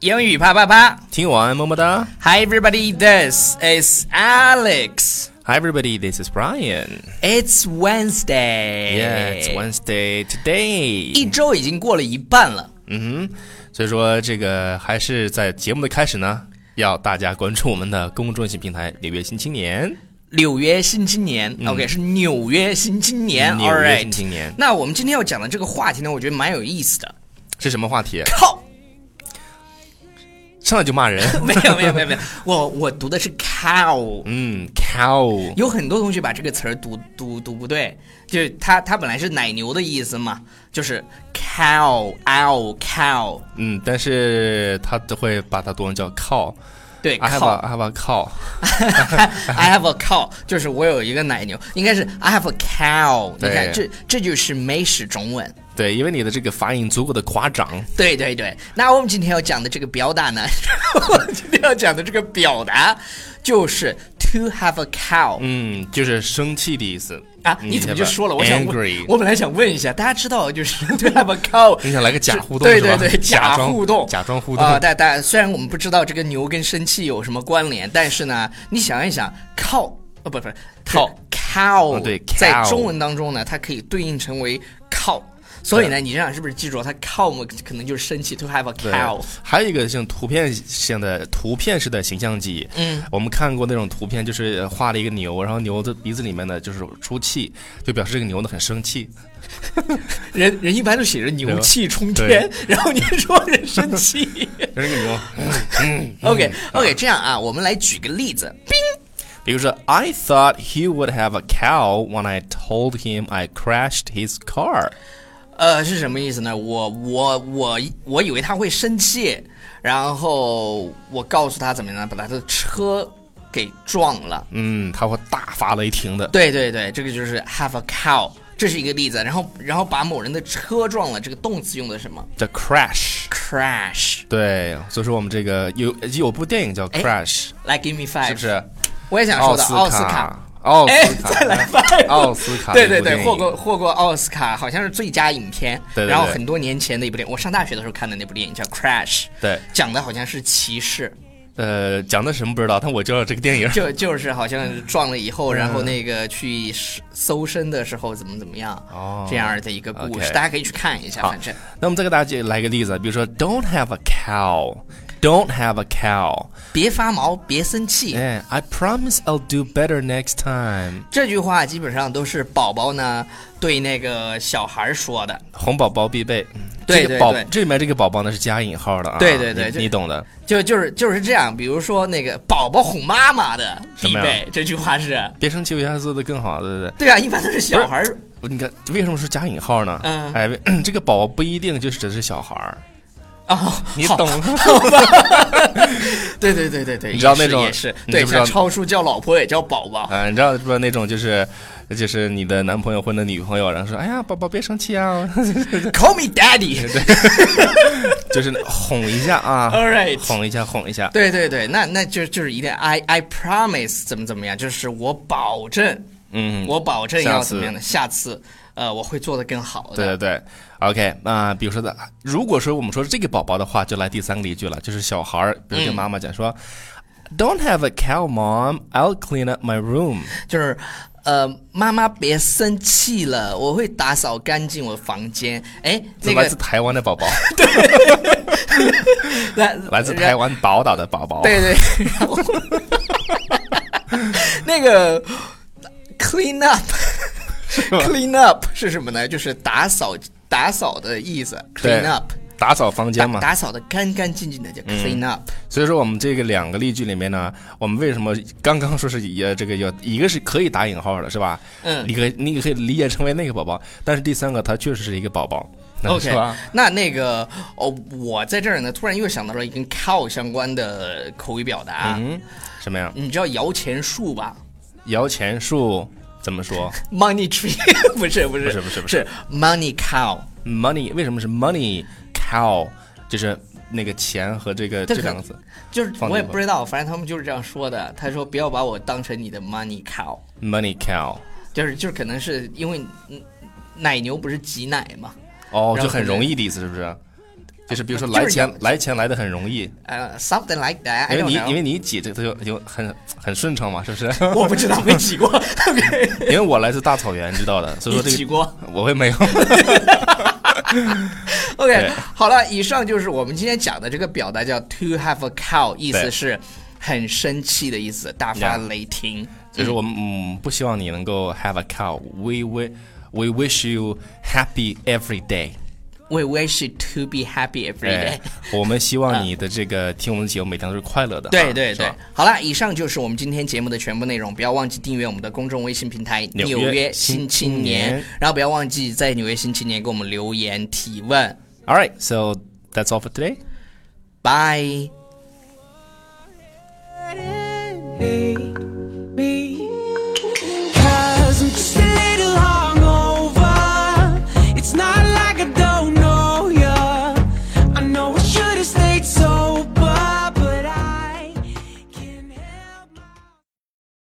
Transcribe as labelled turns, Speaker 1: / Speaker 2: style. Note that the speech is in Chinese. Speaker 1: 英语啪啪啪
Speaker 2: 听完么么哒。
Speaker 1: ！Hi everybody, this is Alex.
Speaker 2: Hi everybody, this is Brian.
Speaker 1: It's Wednesday.
Speaker 2: Yeah, it's Wednesday
Speaker 1: 一
Speaker 2: today.
Speaker 1: 周已经过了一半了，
Speaker 2: 嗯哼，所以说这个还是在节目的开始呢，要大家关注我们的公众微信平台《纽约新青年
Speaker 1: 纽约新青年、o k 是纽约新青年》。
Speaker 2: 嗯纽
Speaker 1: All
Speaker 2: 约新
Speaker 1: right，
Speaker 2: 青年
Speaker 1: 那我们今天要讲的这个话题呢，我觉得蛮有意思的。
Speaker 2: 是什么话题？啊
Speaker 1: 靠，
Speaker 2: 上来就骂人。
Speaker 1: 没有没有没有没有，我我读的是 cow，
Speaker 2: 嗯，cow。
Speaker 1: 有很多同学把这个词儿读读读不对，就是它它本来是奶牛的意思嘛，就是 cow ow cow，
Speaker 2: 嗯，但是他都会把它读成叫靠。
Speaker 1: 对
Speaker 2: I have
Speaker 1: 靠
Speaker 2: a I have a cow。
Speaker 1: I have a cow，就是我有一个奶牛，应该是 I have a cow。你
Speaker 2: 对
Speaker 1: 看，这这就是美式中文。
Speaker 2: 对，因为你的这个发音足够的夸张。
Speaker 1: 对对对，那我们今天要讲的这个表达呢， 我们今天要讲的这个表达就是 to have a cow、
Speaker 2: 嗯，就是生气的意思
Speaker 1: 啊！
Speaker 2: 嗯
Speaker 1: 你怎么就说了？我想问
Speaker 2: angry，，
Speaker 1: 我本来想问一下，大家知道就是 to have a cow
Speaker 2: 你想来个假互动
Speaker 1: 对
Speaker 2: 是吧
Speaker 1: 对对，
Speaker 2: 假装
Speaker 1: 互动，
Speaker 2: 假装互动
Speaker 1: 啊、但但虽然我们不知道这个牛跟生气有什么关联，但是呢，你想一想，靠，呃，不不是
Speaker 2: 靠
Speaker 1: cow，、
Speaker 2: 啊对
Speaker 1: 在
Speaker 2: cow
Speaker 1: 中文当中呢，它可以对应成为靠，所以呢，你这样是不是记住它 cow 嘛可能就是生气，to have a
Speaker 2: 对
Speaker 1: cow。
Speaker 2: 还有一个像图片像的图片式的形象记忆，
Speaker 1: 嗯，
Speaker 2: 我们看过那种图片，就是画了一个牛，然后牛的鼻子里面呢就是出气，就表示这个牛呢很生气。
Speaker 1: 人人一般都写着
Speaker 2: 对
Speaker 1: 牛
Speaker 2: 吧
Speaker 1: 气冲天， 然后你说人生 气。
Speaker 2: 就是这个牛，
Speaker 1: OK
Speaker 2: 嗯
Speaker 1: OK，这样啊，我们来举个例子。
Speaker 2: 比如说，I thought he would have a cow when I told him I crashed his car。
Speaker 1: 呃，是什么意思呢？我我我我以为他会生气，然后我告诉他怎么样呢，把他的车给撞了。
Speaker 2: 嗯，他会大发雷霆的。
Speaker 1: 对对对，这个就是 have a cow，这是一个例子。然后然后把某人的车撞了，这个动词用的什么
Speaker 2: The crash。
Speaker 1: ？crash。
Speaker 2: 对，所以说我们这个有有部电影叫
Speaker 1: 哎
Speaker 2: Crash，
Speaker 1: 来，give me
Speaker 2: 是
Speaker 1: five，
Speaker 2: 不？是？
Speaker 1: 我也想说
Speaker 2: 奥
Speaker 1: 的
Speaker 2: 斯
Speaker 1: 奥斯
Speaker 2: 卡
Speaker 1: 卡。，
Speaker 2: 奥
Speaker 1: 哎
Speaker 2: 斯，卡，
Speaker 1: 再来 five。
Speaker 2: 奥斯卡
Speaker 1: 对
Speaker 2: 这部电
Speaker 1: 对对，
Speaker 2: 影，
Speaker 1: 获过获过奥斯卡，好像是最佳影片。
Speaker 2: 对对对
Speaker 1: 然后很多年前的一部电影，我上大学的时候看的那部电影叫《Crash》，
Speaker 2: 对，
Speaker 1: 讲的好像是骑士。
Speaker 2: 呃，讲的什么不知道，但我知道这个电 影。
Speaker 1: 就就是好像撞了以后，然
Speaker 2: 嗯
Speaker 1: 后那个去搜身的时候怎么怎么样，
Speaker 2: 哦
Speaker 1: 这样的一个故事，
Speaker 2: OK
Speaker 1: 大家可以去看一下。
Speaker 2: 好
Speaker 1: 反正
Speaker 2: 那我们再给大家来个例子，比如说 Don't have a cow，Don't have a cow，
Speaker 1: 别发毛，别生气。
Speaker 2: 哎，I promise I'll do better next time。
Speaker 1: 这句话基本上都是宝宝呢对那个小孩儿说的。
Speaker 2: 红宝宝必备，
Speaker 1: 对
Speaker 2: 这
Speaker 1: 对
Speaker 2: 个宝
Speaker 1: 对
Speaker 2: 这里面这个宝宝呢是加引号的啊，
Speaker 1: 对对对
Speaker 2: 你
Speaker 1: 这
Speaker 2: 你懂的。
Speaker 1: 就就是就是这样，比如说那个宝宝哄妈妈的
Speaker 2: 什
Speaker 1: 必
Speaker 2: 么呀
Speaker 1: 备，这句话是
Speaker 2: 别生气，我下次做的更好，对不对？
Speaker 1: 对啊，一般都是小孩儿
Speaker 2: 你看为什么是加引号呢？
Speaker 1: 嗯
Speaker 2: 哎， 这个宝宝不一定就是只是小孩儿，
Speaker 1: 哦，
Speaker 2: 你
Speaker 1: 好
Speaker 2: 懂？
Speaker 1: 对对对对对，
Speaker 2: 你知道
Speaker 1: 也是
Speaker 2: 那种
Speaker 1: 也是
Speaker 2: 你
Speaker 1: 对，
Speaker 2: 知不知道
Speaker 1: 像超叔叫老婆也叫宝 宝，
Speaker 2: 啊，你知道不？那种就是，就是你的男朋友或者女朋友，然后说：“哎呀，宝宝别生气啊
Speaker 1: ，Call me daddy。！”
Speaker 2: 就是哄一下啊
Speaker 1: All right，
Speaker 2: 哄一下，哄一下。
Speaker 1: 对对对，那那就就是一定 I I promise 怎么怎么样，就是我保证，
Speaker 2: 嗯，
Speaker 1: 我保证
Speaker 2: 下
Speaker 1: 要
Speaker 2: 次
Speaker 1: 怎么样的，下次呃我会做的更好
Speaker 2: 对
Speaker 1: 的。
Speaker 2: 对对，OK 啊、比如说的，如果说我们说这个宝宝的话，就来第三个例句了，就是小孩儿，比如
Speaker 1: 嗯
Speaker 2: 跟妈妈讲说、d o n t have a cow, mom. I'll clean up my room.”
Speaker 1: 就是呃妈妈别生气了，我会打扫干净我房间。哎，
Speaker 2: 这
Speaker 1: 那
Speaker 2: 来自
Speaker 1: 个
Speaker 2: 台湾的宝宝，
Speaker 1: 来
Speaker 2: 来自台湾宝岛的宝宝。
Speaker 1: 对 对，然后那个 clean up
Speaker 2: 吧
Speaker 1: clean up 是什么呢？就是打扫打扫的意思
Speaker 2: 对
Speaker 1: ，clean up。
Speaker 2: 打扫房间嘛嗯
Speaker 1: 打，打扫的干干净净的叫 clean up。
Speaker 2: 所以说我们这个两个例句里面呢，我们为什么刚刚说是也这个有一个是可以打引号的，是吧？
Speaker 1: 嗯
Speaker 2: 你可以你可以理解成为那个宝宝，但是第三个它确实是一个宝宝
Speaker 1: OK，
Speaker 2: 是吧？
Speaker 1: 那那个哦，我在这儿呢，突然又想到了一个跟 cow 相关的口语表达。
Speaker 2: 嗯，什么呀？
Speaker 1: 你知道摇钱树吧
Speaker 2: 摇钱树怎么 说
Speaker 1: ？Money tree 不是不是
Speaker 2: 不是不是不是
Speaker 1: money cow，
Speaker 2: ？Money 为什么是 money cow？就是那个钱和这个
Speaker 1: 这
Speaker 2: 这
Speaker 1: 个
Speaker 2: 两个字
Speaker 1: 就是
Speaker 2: 放
Speaker 1: 我也
Speaker 2: 进吧
Speaker 1: 不知道，反正他们就是这样说的。他说不要把我当成你的 money cow，
Speaker 2: money cow。
Speaker 1: 就是就是可能是因为嗯奶牛不是挤奶嘛，
Speaker 2: 哦，
Speaker 1: 然后
Speaker 2: 就很容易的意思是不是？就是比如说
Speaker 1: 就是
Speaker 2: 来钱
Speaker 1: 有
Speaker 2: 来钱来的很容易，
Speaker 1: 呃、s o m e t h i n g like that，I
Speaker 2: 因为
Speaker 1: don't
Speaker 2: 你
Speaker 1: know
Speaker 2: 因为你挤这个就就很很顺畅嘛，是不是？
Speaker 1: 我不知道没挤 过，
Speaker 2: 因为我来自大草原，知道的，所以
Speaker 1: 你
Speaker 2: 说
Speaker 1: 挤
Speaker 2: 这个
Speaker 1: 过。
Speaker 2: 我会 没有。
Speaker 1: OK，
Speaker 2: 对
Speaker 1: 好了，以上就是我们今天讲的这个表达，叫 to have a cow，意思是很生气的意思，大发雷霆。
Speaker 2: 就是我们嗯不希望你能够 have a cow。We we we wish you happy every day。
Speaker 1: We wish you to be happy every day 嗯
Speaker 2: 哎。，我们 希望你的这个听我们的节目每天都是快乐的。
Speaker 1: 对
Speaker 2: 哈
Speaker 1: 对
Speaker 2: 啊是吧
Speaker 1: 对，好了，以上就是我们今天节目的全部内容。不要忘记订阅我们的公众微信平台《
Speaker 2: 纽
Speaker 1: 纽
Speaker 2: 约
Speaker 1: 约
Speaker 2: 新
Speaker 1: 新
Speaker 2: 青
Speaker 1: 青年》
Speaker 2: 年
Speaker 1: 然后不要忘记在《纽约新青年》给我们留言提问。
Speaker 2: All right, so that's all for today.
Speaker 1: Bye。
Speaker 3: Hey,